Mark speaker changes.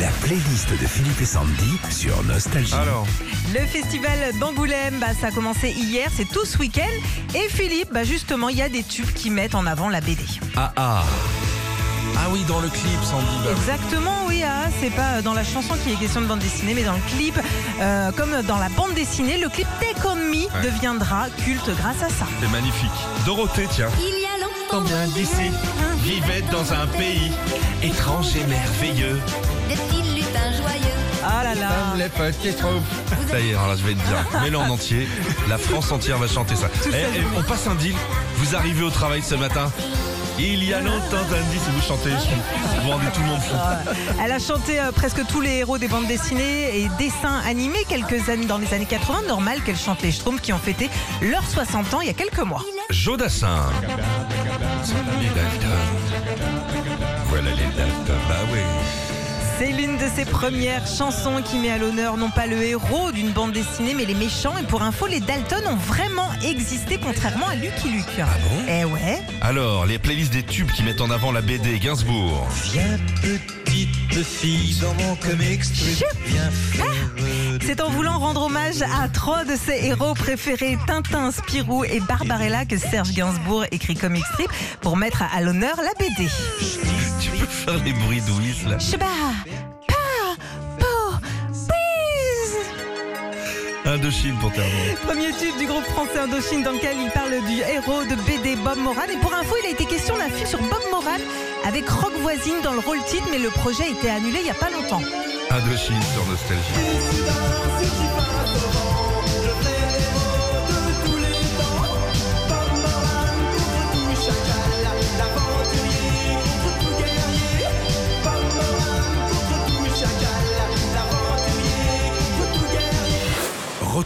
Speaker 1: La playlist de Philippe et Sandy sur Nostalgie.
Speaker 2: Alors,
Speaker 3: Le festival d'Angoulême, bah, ça a commencé hier, c'est tout ce week-end. Et Philippe, bah, justement, il y a des tubes qui mettent en avant la BD.
Speaker 2: ah ah. Ah oui, dans le clip, Sandy. bah oui.
Speaker 3: Exactement, oui, ah, c'est pas dans la chanson qu'il est question de bande dessinée, mais dans le clip, euh, comme dans la bande dessinée, le clip Take On Me deviendra culte grâce à ça.
Speaker 2: C'est magnifique. Dorothée, tiens.
Speaker 4: Il y a longtemps
Speaker 2: Combien d'ici vivait dans un pays étrange et merveilleux.
Speaker 4: Des petits lutins joyeux
Speaker 3: Ah là là,
Speaker 2: les petits troupes. Ça y est, alors là, je vais être bien. Mets-le en entier. La France entière va chanter ça. Eh, eh, on passe un deal. Vous arrivez au travail ce matin. Il y a longtemps, Sandy, si vous chantez, je vous rendez tout le monde fou.
Speaker 3: elle a chanté euh, presque tous les héros des bandes dessinées et dessins animés quelques années dans les années 80. Normal qu'elle chante les Schtroumpfs qui ont fêté leurs 60 ans il y a quelques mois.
Speaker 2: Jodassin. Les Dalton. Voilà les Dalton. Bah oui.
Speaker 3: C'est l'une de ses premières chansons qui met à l'honneur non pas le héros d'une bande dessinée, mais les méchants. Et pour info, les Dalton ont vraiment existé, contrairement à Lucky Luke. Ah
Speaker 2: bon
Speaker 3: Eh ouais.
Speaker 2: Alors, les playlists des tubes qui mettent en avant la BD Gainsbourg.
Speaker 5: Viens petite fille dans mon comic strip. Viens faire
Speaker 3: C'est en voulant rendre hommage à trois de ses héros préférés, Tintin, Spirou et Barbarella, que Serge Gainsbourg écrit Comic Strip pour mettre à l'honneur la BD.
Speaker 2: Tu peux faire les bruits de Whis, là
Speaker 3: Cheba, pa, po, please.
Speaker 2: Indochine pour terminer.
Speaker 3: Premier tube du groupe français Indochine dans lequel il parle du héros de BD Bob Moran. Et pour info, il a été question d'un film sur Bob Moran avec Rock Voisine dans le rôle titre, mais le projet a été annulé il n'y a pas longtemps.
Speaker 2: Indochine sur Nostalgie.